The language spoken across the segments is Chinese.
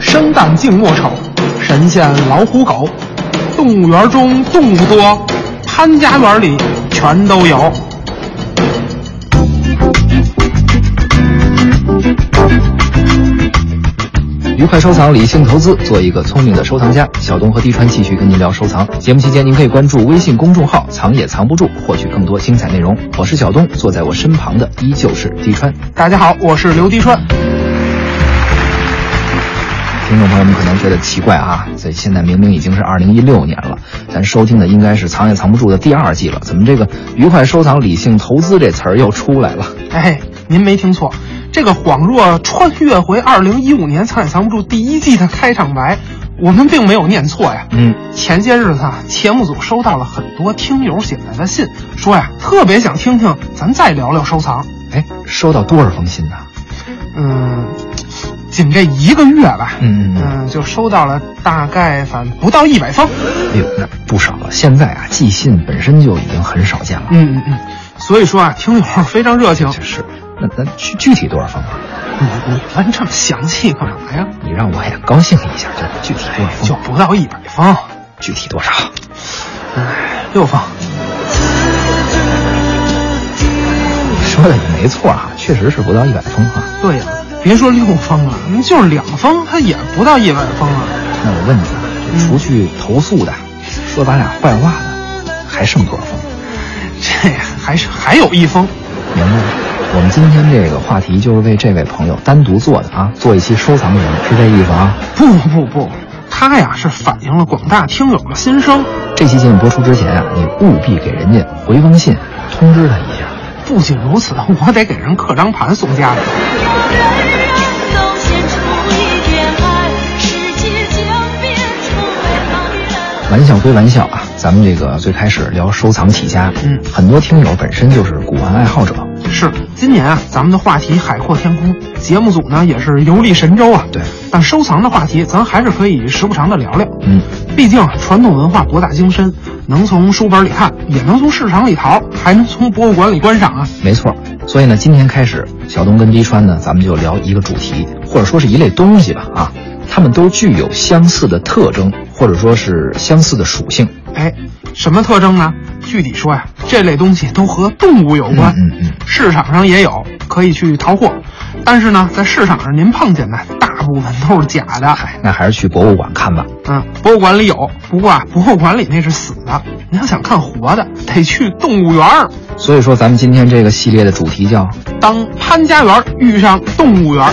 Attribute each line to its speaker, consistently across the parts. Speaker 1: 生旦净末丑，神仙老虎狗，动物园中动物多，潘家园里全都有。
Speaker 2: 愉快收藏，理性投资，做一个聪明的收藏家。小东和滴川继续跟您聊收藏。节目期间，您可以关注微信公众号“藏也藏不住”，获取更多精彩内容。我是小东，坐在我身旁的依旧是滴川。
Speaker 1: 大家好，我是刘迪川。
Speaker 2: 听众朋友们可能觉得奇怪啊，这现在明明已经是二零一六年了，咱收听的应该是《藏也藏不住》的第二季了，怎么这个“愉快收藏，理性投资”这词儿又出来了？
Speaker 1: 哎，您没听错，这个恍若穿越回二零一五年《藏也藏不住》第一季的开场白，我们并没有念错呀。
Speaker 2: 嗯，
Speaker 1: 前些日子啊，节目组收到了很多听友写来的信，说呀，特别想听听咱再聊聊收藏。
Speaker 2: 哎，收到多少封信呢？
Speaker 1: 嗯，仅这一个月吧，
Speaker 2: 嗯嗯
Speaker 1: 嗯，就收到了大概反不到一百封。
Speaker 2: 哎呦，那不少了。现在啊，寄信本身就已经很少见了。
Speaker 1: 嗯嗯嗯，所以说啊，听友非常热情。
Speaker 2: 这是，那那具具体多少封啊？
Speaker 1: 你你问嗯这么详细干嘛呀？
Speaker 2: 你让我也高兴一下，这具体多少
Speaker 1: 就
Speaker 2: 封？
Speaker 1: 不到一百封，
Speaker 2: 具体多少？
Speaker 1: 六封。
Speaker 2: 说的也没错啊，确实是不到一百封啊。
Speaker 1: 对呀、别说六封了，嗯就是两封，它也不到一百封啊。
Speaker 2: 那我问你啊，这除去投诉的，说咱俩坏话的，还剩多少封？
Speaker 1: 这还是还有一封。
Speaker 2: 明白了。我们今天这个话题就是为这位朋友单独做的啊，做一期收藏人，是这意思啊？
Speaker 1: 不不不，它呀是反映了广大听友的心声，
Speaker 2: 这期节目播出之前啊，你务必给人家回封信，通知他一下。
Speaker 1: 不仅如此，我得给人刻张盘送家里。
Speaker 2: 玩笑归玩笑啊，咱们这个最开始聊收藏起家，
Speaker 1: 嗯
Speaker 2: 很多听友本身就是古玩爱好者，
Speaker 1: 是，今年啊，咱们的话题海阔天空，节目组呢也是游历神州啊。
Speaker 2: 对，
Speaker 1: 但收藏的话题，咱还是可以时不常的聊聊。
Speaker 2: 嗯，
Speaker 1: 毕竟传统文化博大精深，能从书本里看，也能从市场里淘，还能从博物馆里观赏啊。
Speaker 2: 没错。所以呢，今天开始，小东跟滴川呢，咱们就聊一个主题，或者说是一类东西吧啊，它们都具有相似的特征，或者说是相似的属性。
Speaker 1: 哎，什么特征呢？具体说呀，这类东西都和动物有关，
Speaker 2: 嗯嗯嗯
Speaker 1: 市场上也有，可以去淘货。但是呢，在市场上您碰见的大部分都是假的。
Speaker 2: 哎，那还是去博物馆看吧。
Speaker 1: 嗯，博物馆里有，不过啊， 博物馆里那是死的，你要想看活的，得去动物园儿。
Speaker 2: 所以说，咱们今天这个系列的主题叫
Speaker 1: 当潘家园遇上动物园儿，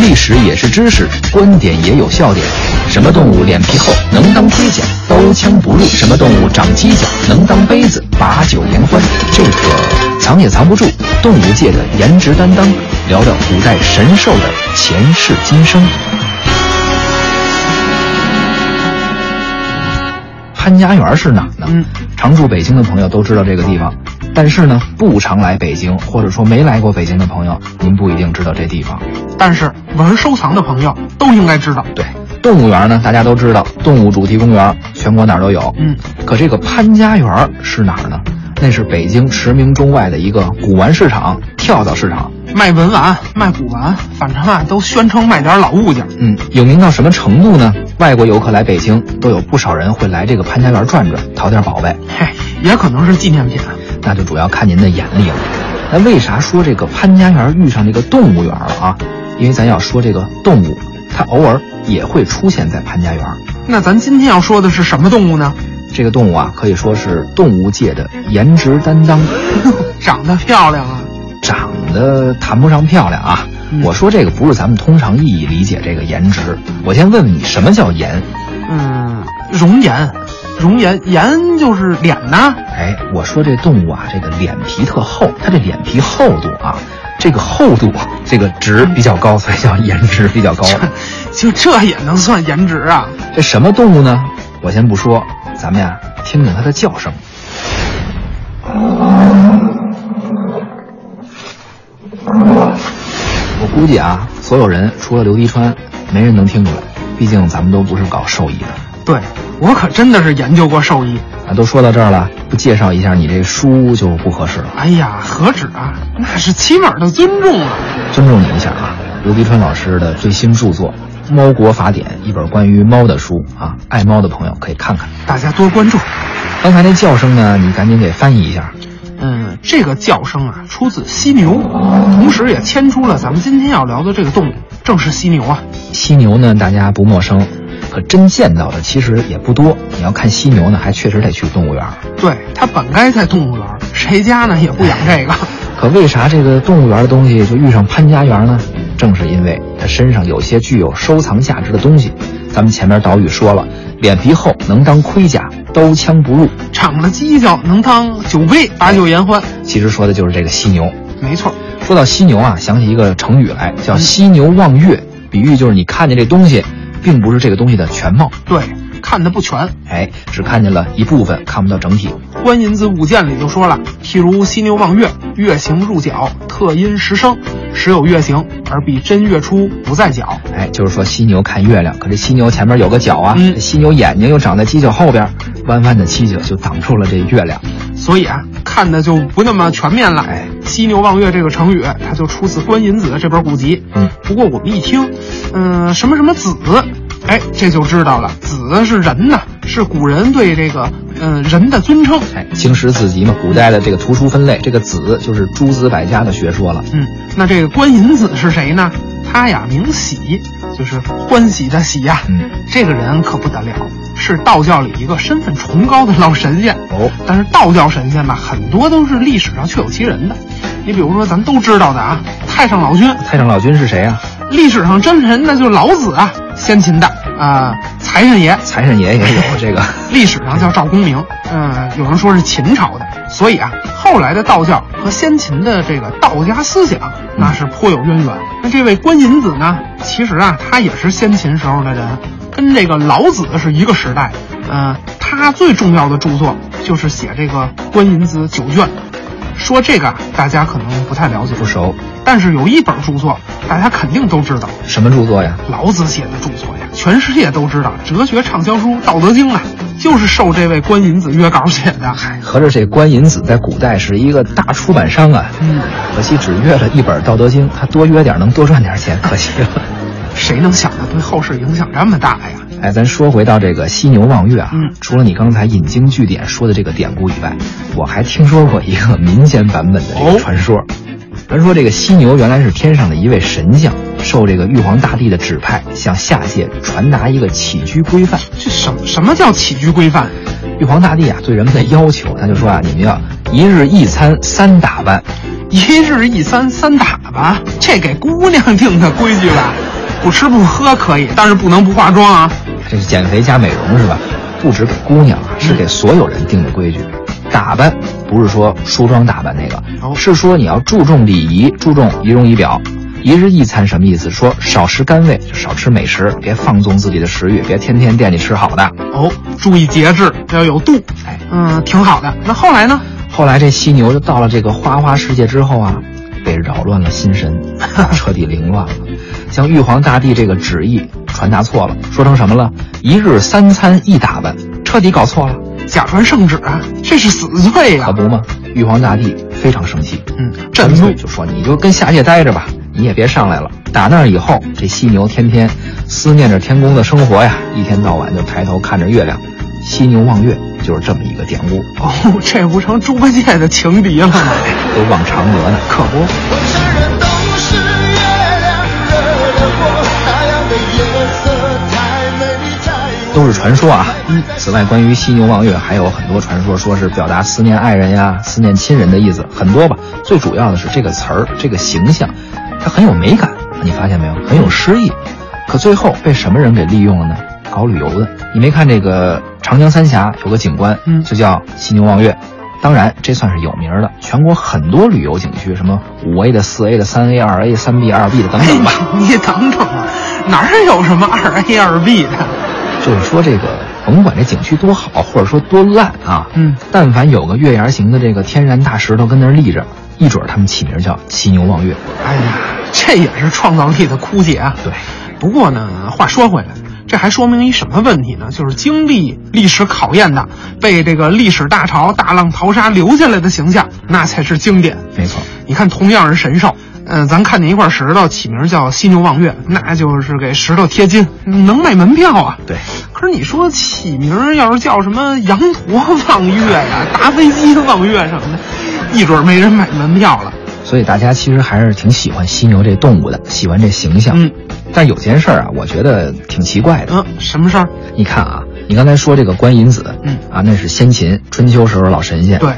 Speaker 2: 历史也是知识，观点也有笑点。什么动物脸皮厚，能当盔甲，刀枪不入；什么动物长犄角，能当杯子，把酒言欢。这个藏也藏不住，动物界的颜值担当，聊聊古代神兽的前世今生。潘家园是哪儿呢？
Speaker 1: 嗯
Speaker 2: 常住北京的朋友都知道这个地方，但是呢，不常来北京或者说没来过北京的朋友，您不一定知道这地方。
Speaker 1: 但是玩收藏的朋友都应该知道，
Speaker 2: 对，动物园呢，大家都知道，动物主题公园全国哪儿都有。
Speaker 1: 嗯，
Speaker 2: 可这个潘家园是哪儿呢？那是北京驰名中外的一个古玩市场、跳蚤市场。
Speaker 1: 卖文玩、卖古玩，反正啊，都宣称卖点老物件。
Speaker 2: 嗯，有名到什么程度呢？外国游客来北京，都有不少人会来这个潘家园转转，淘点宝贝。
Speaker 1: 嘿，也可能是纪念品。啊
Speaker 2: 那就主要看您的眼力了。那为啥说这个潘家园遇上这个动物园了啊？因为咱要说这个动物，它偶尔也会出现在潘家园。
Speaker 1: 那咱今天要说的是什么动物呢？
Speaker 2: 这个动物啊，可以说是动物界的颜值担当。
Speaker 1: 长得漂亮啊！
Speaker 2: 长得谈不上漂亮啊。
Speaker 1: 嗯
Speaker 2: 我说这个不是咱们通常意义理解这个颜值。我先问问你，什么叫颜？
Speaker 1: 嗯，容颜，容颜，颜就是脸呐、
Speaker 2: 哎，我说这动物啊，这个脸皮特厚，它这脸皮厚度啊，这个厚度，啊这个值比较高，所以叫颜值比较高。
Speaker 1: 就这也能算颜值啊？
Speaker 2: 这什么动物呢？我先不说，咱们呀、听听它的叫声。我估计啊，所有人除了刘迪川，没人能听出来，毕竟咱们都不是搞兽医的
Speaker 1: 对，我可真的是研究过兽医。
Speaker 2: 啊。都说到这儿了，不介绍一下你这书就不合适了。
Speaker 1: 哎呀，何止啊，那是起码的尊重啊！
Speaker 2: 尊重你一下啊，刘迪川老师的最新著作《猫国法典》，一本关于猫的书啊，爱猫的朋友可以看看。
Speaker 1: 大家多关注。
Speaker 2: 刚才那叫声呢，你赶紧给翻译一下。
Speaker 1: 嗯，这个叫声啊，出自犀牛，同时也牵出了咱们今天要聊的这个动物，正是犀牛啊。
Speaker 2: 犀牛呢，大家不陌生，可真见到的其实也不多。你要看犀牛呢，还确实得去动物园儿。
Speaker 1: 对，它本该在动物园，谁家呢也不养这个。
Speaker 2: 可为啥这个动物园的东西就遇上潘家园呢？正是因为它身上有些具有收藏价值的东西。咱们前面导语说了，脸皮厚能当盔甲，刀枪不入。
Speaker 1: 长了犄角能当酒杯，把酒言欢。
Speaker 2: 其实说的就是这个犀牛。
Speaker 1: 没错，
Speaker 2: 说到犀牛啊，想起一个成语来，叫“犀牛望月”，比喻就是你看见这东西，并不是这个东西的全貌，
Speaker 1: 对，看的不全。
Speaker 2: 哎，只看见了一部分，看不到整体。
Speaker 1: 《观音子午鉴》里就说了，譬如犀牛望月，月形入角，特因时生，时有月形，而必真月出不在角。
Speaker 2: 哎，就是说犀牛看月亮，可这犀牛前面有个角啊，
Speaker 1: 嗯
Speaker 2: 犀牛眼睛又长在犄角后边，弯弯的犄角就挡住了这月亮。
Speaker 1: 所以啊，看的就不那么全面了。
Speaker 2: 哎
Speaker 1: 犀牛望月这个成语，啊它就出自《观音子》这本古籍。
Speaker 2: 嗯
Speaker 1: 不过我们一听，嗯、什么什么子，哎，这就知道了，子是人呐，是古人对这个嗯、呃人的尊称。
Speaker 2: 哎，经史子集嘛，古代的这个图书分类，这个子就是诸子百家的学说了。
Speaker 1: 嗯，那这个观音子是谁呢？他呀名喜，就是欢喜的喜呀、
Speaker 2: 嗯，
Speaker 1: 这个人可不得了，是道教里一个身份崇高的老神仙。
Speaker 2: 哦，
Speaker 1: 但是道教神仙吧，很多都是历史上确有其人的。你比如说，咱们都知道的啊，太上老君，
Speaker 2: 太上老君是谁啊？
Speaker 1: 历史上真人那就是老子啊，先秦的啊、财神爷，
Speaker 2: 财神爷也有这个。
Speaker 1: 历史上叫赵公明，嗯、有人说是秦朝的，所以啊，后来的道教和先秦的这个道家思想
Speaker 2: 嗯
Speaker 1: 那是颇有渊源。那这位观音子呢，其实啊，他也是先秦时候的人，跟这个老子是一个时代。嗯、他最重要的著作就是写这个《观音子九卷》，说这个啊大家可能不太了解，
Speaker 2: 不熟，
Speaker 1: 但是有一本著作大家肯定都知道，
Speaker 2: 什么著作呀？
Speaker 1: 老子写的著作呀，全世界都知道，哲学畅销书《道德经》啊，就是受这位观音子约稿写的。
Speaker 2: 合着这观音子在古代是一个大出版商啊，
Speaker 1: 嗯，
Speaker 2: 可惜只约了一本《道德经》，他多约点儿能多赚点儿钱，可惜了。
Speaker 1: 谁能想到对后世影响这么大呀？
Speaker 2: 哎，咱说回到这个犀牛望月啊，
Speaker 1: 嗯
Speaker 2: 除了你刚才引经据典说的这个典故以外，我还听说过一个民间版本的这个
Speaker 1: 哦
Speaker 2: 传说。传说这个犀牛原来是天上的一位神将，受这个玉皇大帝的指派，向下界传达一个起居规范。
Speaker 1: 这什么什么叫起居规范？
Speaker 2: 玉皇大帝啊，对人们的要求，他就说啊，你们要一日一餐三打扮，
Speaker 1: 一日一餐三打吧，这给姑娘定的规矩吧。不吃不喝可以，但是不能不化妆啊。
Speaker 2: 这是减肥加美容是吧？不止给姑娘啊，是给所有人定的规矩。打扮不是说梳妆打扮那个，
Speaker 1: 哦
Speaker 2: 是说你要注重礼仪，注重仪容仪表。一日一餐什么意思？说少吃甘味，就少吃美食，别放纵自己的食欲，别天天惦记吃好的。
Speaker 1: 哦，注意节制，要有度。
Speaker 2: 哎，
Speaker 1: 嗯，挺好的。那后来呢？
Speaker 2: 后来这犀牛就到了这个花花世界之后啊，被扰乱了心神，彻底凌乱了，将玉皇大帝这个旨意传达错了，说成什么了？一日三餐一打扮，彻底搞错了。
Speaker 1: 假传圣旨啊，这是死罪呀、
Speaker 2: 可不嘛，玉皇大帝非常生气，
Speaker 1: 嗯，
Speaker 2: 震
Speaker 1: 震怒
Speaker 2: 怒。就说你就跟下界待着吧，你也别上来了。打那以后，这犀牛天天思念着天宫的生活呀，一天到晚就抬头看着月亮。犀牛望月就是这么一个典故，
Speaker 1: 哦，这不成猪八戒的情敌了 吗？
Speaker 2: 都望嫦娥呢。
Speaker 1: 可不。
Speaker 3: 我承认都是月亮惹的祸，那样的夜色太美太
Speaker 2: 都是传说啊。此外，关于犀牛望月还有很多传说，说是表达思念爱人呀、思念亲人的意思，很多吧。最主要的是这个词儿、这个形象，它很有美感，你发现没有？很有诗意。可最后被什么人给利用了呢？搞旅游的。你没看这个长江三峡有个景观，
Speaker 1: 嗯
Speaker 2: 就叫犀牛望月。当然，这算是有名儿的，全国很多旅游景区，什么五 A 的、四 A 的、三 A、二 A、三 B、二 B 的等等吧。
Speaker 1: 哎你等等吧，哪儿有什么二 A 二 B 的？
Speaker 2: 就是说这个，甭管这景区多好，或者说多烂啊，
Speaker 1: 嗯
Speaker 2: 但凡有个月牙形的这个天然大石头跟那儿立着，一准儿他们起名叫犀牛望月。
Speaker 1: 哎呀，这也是创造力的枯竭啊！
Speaker 2: 对，
Speaker 1: 不过呢，话说回来，这还说明一什么问题呢？就是经历历史考验的，被这个历史大潮、大浪淘沙留下来的形象，那才是经典。
Speaker 2: 没错，
Speaker 1: 你看，同样是神兽，嗯、咱看见一块石头起名叫犀牛望月，那就是给石头贴金，能卖门票啊。
Speaker 2: 对，
Speaker 1: 可是你说起名儿要是叫什么羊驼望月呀、达菲基望月什么的，一准儿没人买门票了。
Speaker 2: 所以大家其实还是挺喜欢犀牛这动物的，喜欢这形象。
Speaker 1: 嗯，
Speaker 2: 但有件事儿啊，我觉得挺奇怪的。
Speaker 1: 嗯，什么事儿？
Speaker 2: 你看啊，你刚才说这个观音子，
Speaker 1: 嗯
Speaker 2: 啊，那是先秦春秋时候老神仙。
Speaker 1: 对，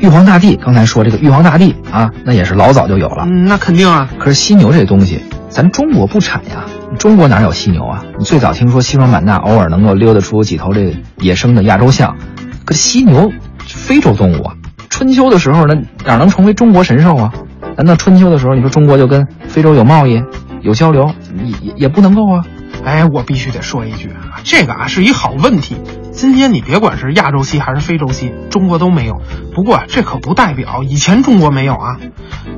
Speaker 2: 玉皇大帝刚才说这个玉皇大帝啊，那也是老早就有了。
Speaker 1: 嗯，那肯定啊。
Speaker 2: 可是犀牛这东西，咱中国不产呀。中国哪有犀牛啊？你最早听说西双版纳偶尔能够溜达出几头这野生的亚洲象，可犀牛是非洲动物啊。春秋的时候呢，哪能成为中国神兽啊？难道春秋的时候，你说中国就跟非洲有贸易、有交流，也也也不能够啊？
Speaker 1: 哎，我必须得说一句啊，这个啊是一好问题。今天你别管是亚洲系还是非洲系，中国都没有。不过啊这可不代表以前中国没有啊。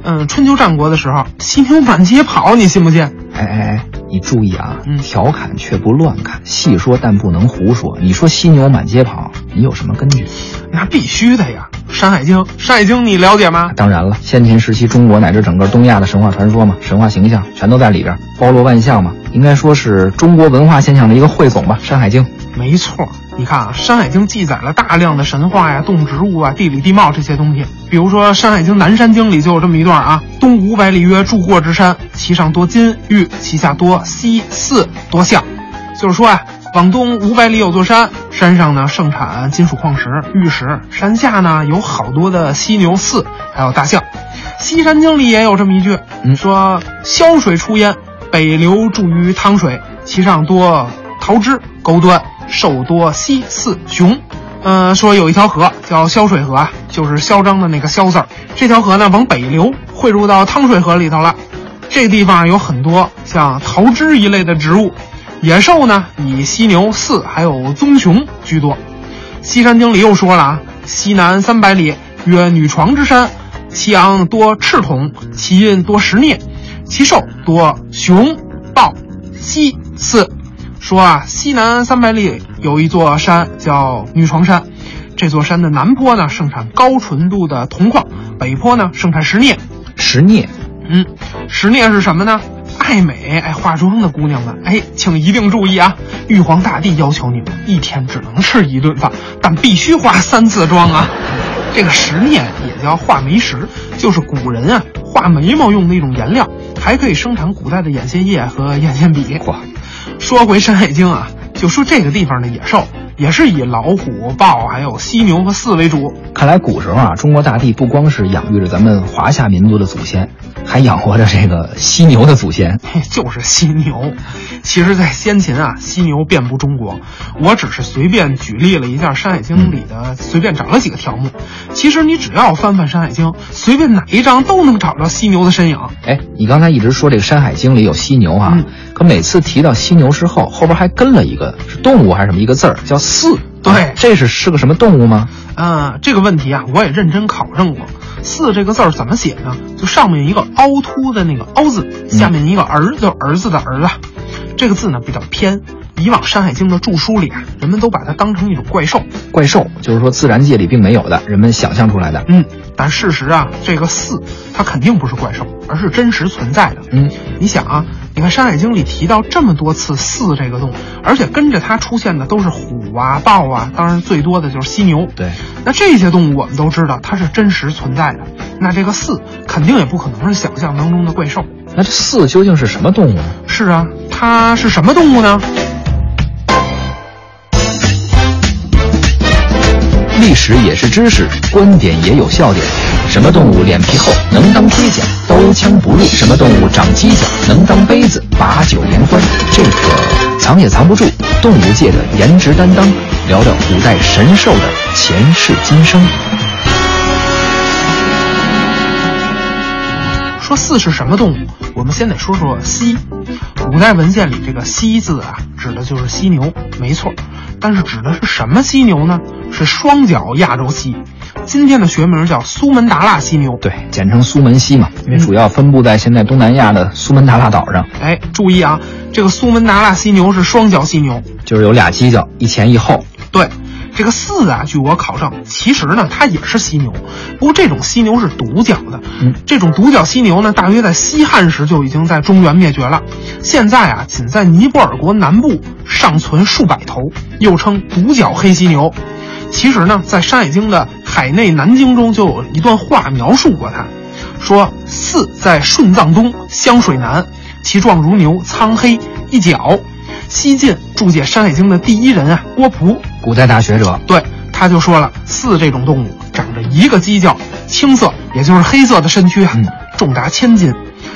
Speaker 1: 嗯，春秋战国的时候，犀牛满街跑，你信不信？
Speaker 2: 哎哎哎，你注意啊
Speaker 1: 嗯，
Speaker 2: 调侃却不乱侃，细说但不能胡说。你说犀牛满街跑，你有什么根据？
Speaker 1: 那必须的呀，《山海经》，《山海经》你了解吗？
Speaker 2: 当然了，先秦时期中国乃至整个东亚的神话传说嘛，神话形象全都在里边，包罗万象嘛，应该说是中国文化现象的一个汇总吧，《山海经》。
Speaker 1: 没错，你看啊，《山海经》记载了大量的神话呀、动植物啊、地理地貌这些东西。比如说，《山海经·南山经》里就有这么一段啊：东五百里曰柱过之山，其上多金玉，其下多犀四多象。就是说啊，往东五百里有座山，山上呢盛产金属矿石、玉石，山下呢有好多的犀牛、四还有大象。《西山经》里也有这么一句，
Speaker 2: 嗯
Speaker 1: 说潇水出焉，北流注于汤水，其上多桃枝、钩端，兽多犀似熊。呃，说有一条河叫潇水河啊，就是嚣张的那个潇字儿。这条河呢往北流，汇入到汤水河里头了。这地方啊有很多像桃枝一类的植物，野兽呢以犀牛、四还有棕熊居多。《西山经》里又说了啊，西南三百里，曰女床之山，其昂多赤铜，其印多石镍，其兽多熊、豹、犀、四。说啊，西南三百里有一座山叫女床山，这座山的南坡呢盛产高纯度的铜矿，北坡呢盛产石镍。
Speaker 2: 石镍，
Speaker 1: 嗯，石镍是什么呢？爱美、爱化妆的姑娘们，哎，请一定注意啊！玉皇大帝要求你们一天只能吃一顿饭，但必须化三次妆啊！这个石镍也叫画眉石，就是古人啊画眉毛用的一种颜料，还可以生产古代的眼线液和眼线笔。说回《山海经》啊，就说这个地方的野兽也是以老虎、豹还有犀牛和四为主。
Speaker 2: 看来古时候啊，中国大地不光是养育着咱们华夏民族的祖先，还养活着这个犀牛的祖先。
Speaker 1: 嘿 就是犀牛。其实，在先秦啊，犀牛遍布中国。我只是随便举例了一下《山海经》里的，随便找了几个条目。其实你只要翻翻《山海经》，随便哪一章都能找着犀牛的身影。
Speaker 2: 哎，你刚才一直说这个《山海经》里有犀牛啊，
Speaker 1: 嗯
Speaker 2: 可每次提到犀牛之后，后边还跟了一个是动物还是什么一个字儿，叫“四”。
Speaker 1: 对
Speaker 2: 这是是个什么动物吗？
Speaker 1: 啊、这个问题啊，我也认真考证过。四这个字儿怎么写呢？就上面一个凹凸的那个凹字，下面一个儿，就是儿子的儿啊。这个字呢比较偏，以往《山海经》的注疏里啊，人们都把它当成一种怪兽。
Speaker 2: 怪兽，就是说自然界里并没有的，人们想象出来的。
Speaker 1: 嗯，但事实啊，这个四它肯定不是怪兽，而是真实存在的。
Speaker 2: 嗯，
Speaker 1: 你想啊，你看《山海经》里提到这么多次四这个动物，而且跟着它出现的都是虎啊、豹啊，当然最多的就是犀牛。
Speaker 2: 对，
Speaker 1: 那这些动物我们都知道它是真实存在的，那这个四肯定也不可能是想象当中的怪兽。
Speaker 2: 那这四究竟是什么动物呢？
Speaker 1: 是啊，它是什么动物呢？
Speaker 2: 历史也是知识，观点也有笑点。什么动物脸皮厚，能当盔甲，刀枪不入；什么动物长犄角，能当杯子，把酒言欢。这个藏也藏不住动物界的颜值担当，聊聊古代神兽的前世今生。
Speaker 1: 说四是什么动物？我们先得说说犀。古代文献里这个“犀”字啊，指的就是犀牛，没错。但是指的是什么犀牛呢？是双脚亚洲犀，今天的学名叫苏门答腊犀牛。
Speaker 2: 对，简称苏门溪嘛，因为主要分布在现在东南亚的苏门答腊岛上，
Speaker 1: 哎，注意啊，这个苏门答腊犀牛是双脚犀牛。
Speaker 2: 就是有俩犄角，一前一后。
Speaker 1: 对，这个四啊，据我考证，其实呢它也是犀牛，不过这种犀牛是独角的。
Speaker 2: 嗯
Speaker 1: 这种独角犀牛呢，大约在西汉时就已经在中原灭绝了，现在啊，仅在尼泊尔国南部尚存数百头，又称独角黑犀牛。其实呢，在《山海经》的《海内南经》中就有一段话描述过它，说四在顺藏东，湘水南，其状如牛，苍黑，一角。西晋注解《山海经》的第一人啊，郭璞
Speaker 2: 古代大学者
Speaker 1: 对，他就说了，四这种动物长着一个犄角，青色，也就是黑色的身躯啊
Speaker 2: 嗯，
Speaker 1: 重达千斤。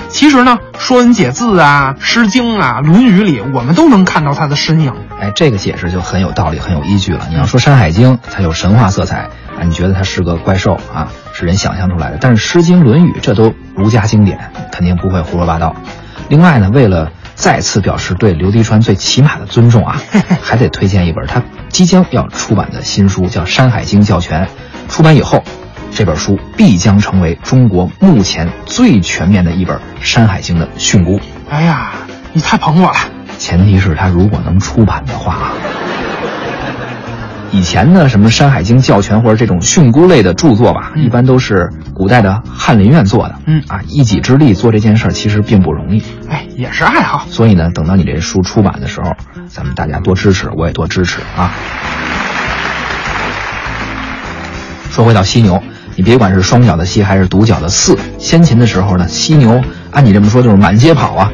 Speaker 1: 其实呢，《说文解字》啊，《诗经》啊，《论语》里，我们都能看到它的身影。
Speaker 2: 哎，这个解释就很有道理，很有依据了。你要说《山海经》，它有神话色彩啊，你觉得它是个怪兽啊，是人想象出来的。但是《诗经》《论语》这都儒家经典，肯定不会胡说八道。另外呢，为了再次表示对刘迪川最起码的尊重啊，还得推荐一本他即将要出版的新书，叫《山海经教全》。出版以后，这本书必将成为中国目前最全面的一本《山海经》的训诂，
Speaker 1: 哎呀，你太捧我了。
Speaker 2: 前提是它如果能出版的话啊。以前呢，什么《山海经》教全或者这种训诂类的著作吧，
Speaker 1: 嗯
Speaker 2: 一般都是古代的翰林院做的。
Speaker 1: 嗯
Speaker 2: 啊，一己之力做这件事儿其实并不容易。
Speaker 1: 哎，也是爱好。
Speaker 2: 所以呢，等到你这书出版的时候，咱们大家多支持，我也多支持啊。说回到犀牛，你别管是双脚的犀还是独角的四，先秦的时候呢，犀牛按你这么说就是满街跑啊。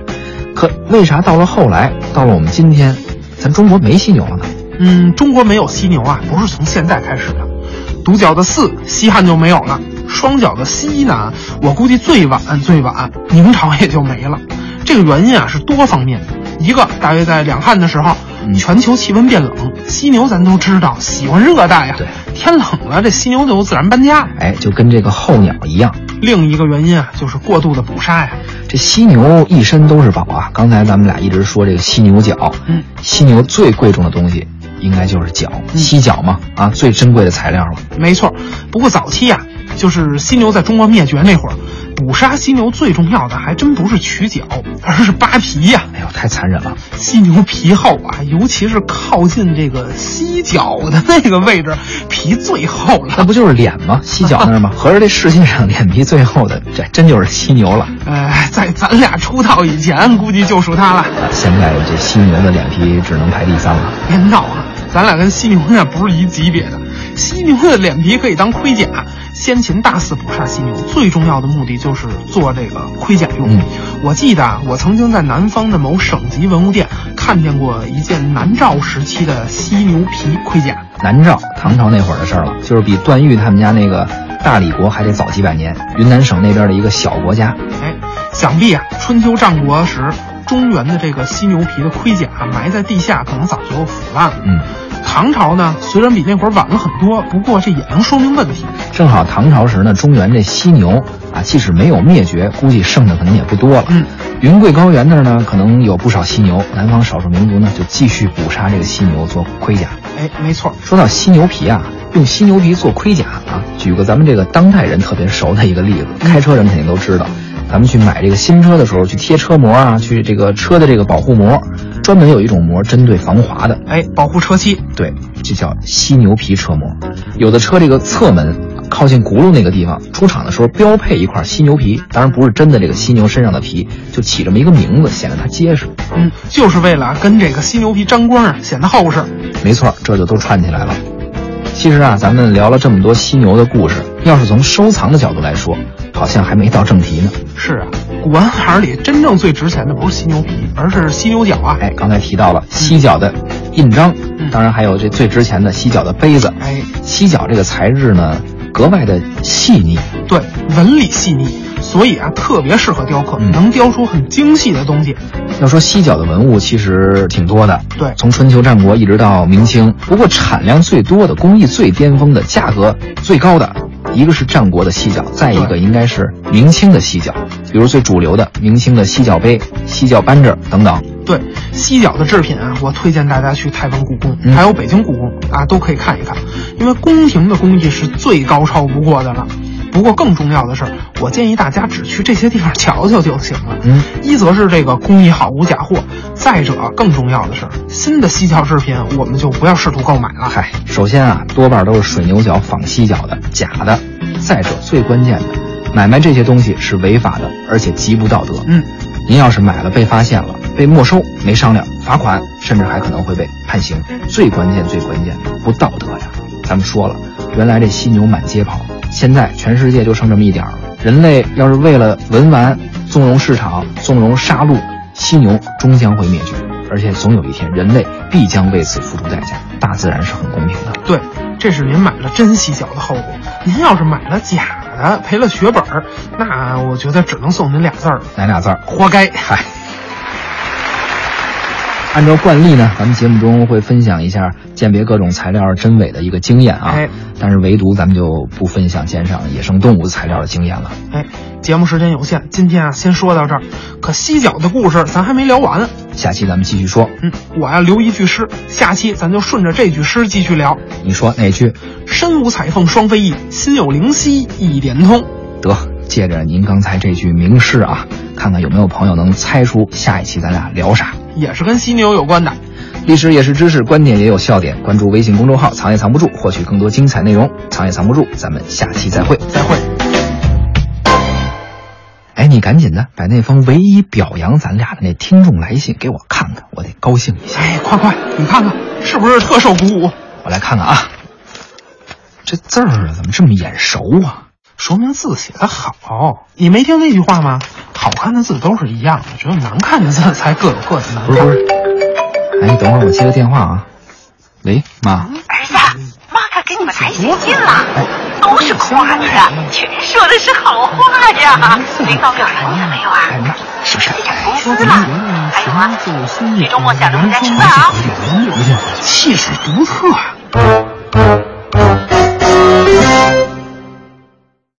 Speaker 2: 可为啥到了后来，到了我们今天，咱中国没犀牛了呢？
Speaker 1: 嗯，中国没有犀牛啊，不是从现在开始的。独角的四，西汉就没有了；双角的犀呢，我估计最晚最晚明朝也就没了。这个原因啊是多方面，一个大约在两汉的时候，
Speaker 2: 嗯
Speaker 1: 全球气温变冷，犀牛咱都知道喜欢热带呀、
Speaker 2: 对
Speaker 1: 天冷了这犀牛就自然搬家。
Speaker 2: 哎，就跟这个候鸟一样，
Speaker 1: 另一个原因啊就是过度的捕杀呀、
Speaker 2: 这犀牛一身都是宝啊。刚才咱们俩一直说这个犀牛角，
Speaker 1: 嗯，
Speaker 2: 犀牛最贵重的东西应该就是角，犀角嘛，啊，最珍贵的材料了。
Speaker 1: 没错，不过早期啊，就是犀牛在中国灭绝那会儿，捕杀犀牛最重要的还真不是取角，而是扒皮呀、
Speaker 2: 哎呦，太残忍了！
Speaker 1: 犀牛皮厚啊，尤其是靠近这个犀角的那个位置，皮最厚
Speaker 2: 那
Speaker 1: 了。
Speaker 2: 不就是脸吗？犀角那儿吗？合着这世界上脸皮最厚的，这真就是犀牛了。
Speaker 1: 呃，在咱俩出道以前，估计就属它了。
Speaker 2: 现在这犀牛的脸皮只能排第三了。
Speaker 1: 别闹啊，咱俩跟犀牛那不是一级别的。犀牛的脸皮可以当盔甲，先秦大肆捕杀犀牛，最重要的目的就是做这个盔甲用。
Speaker 2: 嗯
Speaker 1: 我记得啊，我曾经在南方的某省级文物店看见过一件南诏时期的犀牛皮盔甲。
Speaker 2: 南诏，唐朝那会儿的事儿了，就是比段誉他们家那个大理国还得早几百年。云南省那边的一个小国家，
Speaker 1: 哎，想必啊，春秋战国时中原的这个犀牛皮的盔甲啊、埋在地下，可能早就腐烂了。
Speaker 2: 嗯，
Speaker 1: 唐朝呢，虽然比那会儿晚了很多，不过这也能说明问题。
Speaker 2: 正好唐朝时呢，中原这犀牛啊，即使没有灭绝，估计剩的可能也不多了。
Speaker 1: 嗯，
Speaker 2: 云贵高原那儿呢，可能有不少犀牛，南方少数民族呢就继续捕杀这个犀牛做盔甲。
Speaker 1: 哎，没错，
Speaker 2: 说到犀牛皮啊，用犀牛皮做盔甲啊，举个咱们这个当代人特别熟的一个例子，开车人肯定都知道。咱们去买这个新车的时候，去贴车膜啊，去这个车的这个保护膜，专门有一种膜针对防滑的，
Speaker 1: 哎，保护车漆。
Speaker 2: 对，这叫犀牛皮车膜。有的车这个侧门靠近轱辘那个地方，出厂的时候标配一块犀牛皮，当然不是真的这个犀牛身上的皮，就起这么一个名字，显得它结实。
Speaker 1: 嗯，就是为了跟这个犀牛皮沾光啊，显得厚实。
Speaker 2: 没错，这就都串起来了。其实啊，咱们聊了这么多犀牛的故事，要是从收藏的角度来说，好像还没到正题呢。
Speaker 1: 是啊，古玩行里真正最值钱的不是犀牛皮，而是犀牛角啊。
Speaker 2: 哎，刚才提到了犀角的印章，当然还有这最值钱的犀角的杯子。
Speaker 1: 哎，
Speaker 2: 犀角这个材质呢，格外的细腻，
Speaker 1: 对，纹理细腻，所以啊特别适合雕刻，
Speaker 2: 嗯
Speaker 1: 能雕出很精细的东西。
Speaker 2: 要说犀角的文物其实挺多的，
Speaker 1: 对
Speaker 2: 从春秋战国一直到明清。不过产量最多的、工艺最巅峰的、价格最高的，一个是战国的犀角，再一个应该是明清的犀角。比如最主流的明清的犀角杯、犀角扳指等等。
Speaker 1: 对，犀角的制品啊，我推荐大家去台湾故宫，
Speaker 2: 嗯
Speaker 1: 还有北京故宫啊，都可以看一看，因为宫廷的工艺是最高超不过的了。不过更重要的是，我建议大家只去这些地方瞧瞧就行了。
Speaker 2: 嗯，
Speaker 1: 一则是这个工艺好无假货，再者更重要的是，新的犀角制品我们就不要试图购买了。
Speaker 2: 嗨，首先啊，多半都是水牛角、仿犀角的假的。再者，最关键的，买卖这些东西是违法的，而且极不道德。
Speaker 1: 嗯，
Speaker 2: 您要是买了被发现了，被没收，没商量，罚款，甚至还可能会被判刑。最关键，最关键，不道德呀！咱们说了，原来这犀牛满街跑，现在全世界就剩这么一点儿了。人类要是为了文玩，纵容市场，纵容杀戮，犀牛终将会灭绝，而且总有一天，人类必将为此付出代价。大自然是很公平的。
Speaker 1: 对，这是您买了真犀角的后果。您要是买了假的，赔了血本儿，那我觉得只能送您俩字儿了，
Speaker 2: 哪俩字儿？
Speaker 1: 活该。
Speaker 2: 嗨。 按照惯例呢，咱们节目中会分享一下鉴别各种材料真伪的一个经验啊，
Speaker 1: 哎
Speaker 2: 但是唯独咱们就不分享鉴赏野生动物材料的经验了。
Speaker 1: 哎，节目时间有限，今天啊先说到这儿。可犀角的故事咱还没聊完，
Speaker 2: 下期咱们继续说，
Speaker 1: 嗯，我要留一句诗，下期咱就顺着这句诗继续聊。
Speaker 2: 你说哪句？
Speaker 1: 身无彩凤双飞翼，心有灵犀一点通。
Speaker 2: 得借着您刚才这句名诗啊，看看有没有朋友能猜出下一期咱俩聊啥。
Speaker 1: 也是跟犀牛有关的。
Speaker 2: 历史也是知识，观点也有笑点。关注微信公众号“藏也藏不住”，获取更多精彩内容。藏也藏不住，咱们下期再会。
Speaker 1: 再会。
Speaker 2: 哎，你赶紧的把那封唯一表扬咱俩的那听众来信给我看看，我得高兴一下。
Speaker 1: 哎，快快，你看看是不是特受鼓舞？
Speaker 2: 我来看看啊，这字儿怎么这么眼熟啊？
Speaker 1: 说明字写得好。你没听那句话吗？好看的字都是一样的，只有难看的字才各有各的难
Speaker 2: 不是不是，哎，等会儿我接个电话啊。喂，妈，
Speaker 4: 儿子，妈可给你们抬喜信了，都是夸你的，全说的是好话呀。领导表扬你了没有啊？
Speaker 2: 哎妈，哎是是，
Speaker 4: 这家公司了，还有啊，这周啊末下楼回家吃饭啊。
Speaker 2: 有点气势独特。
Speaker 1: 看。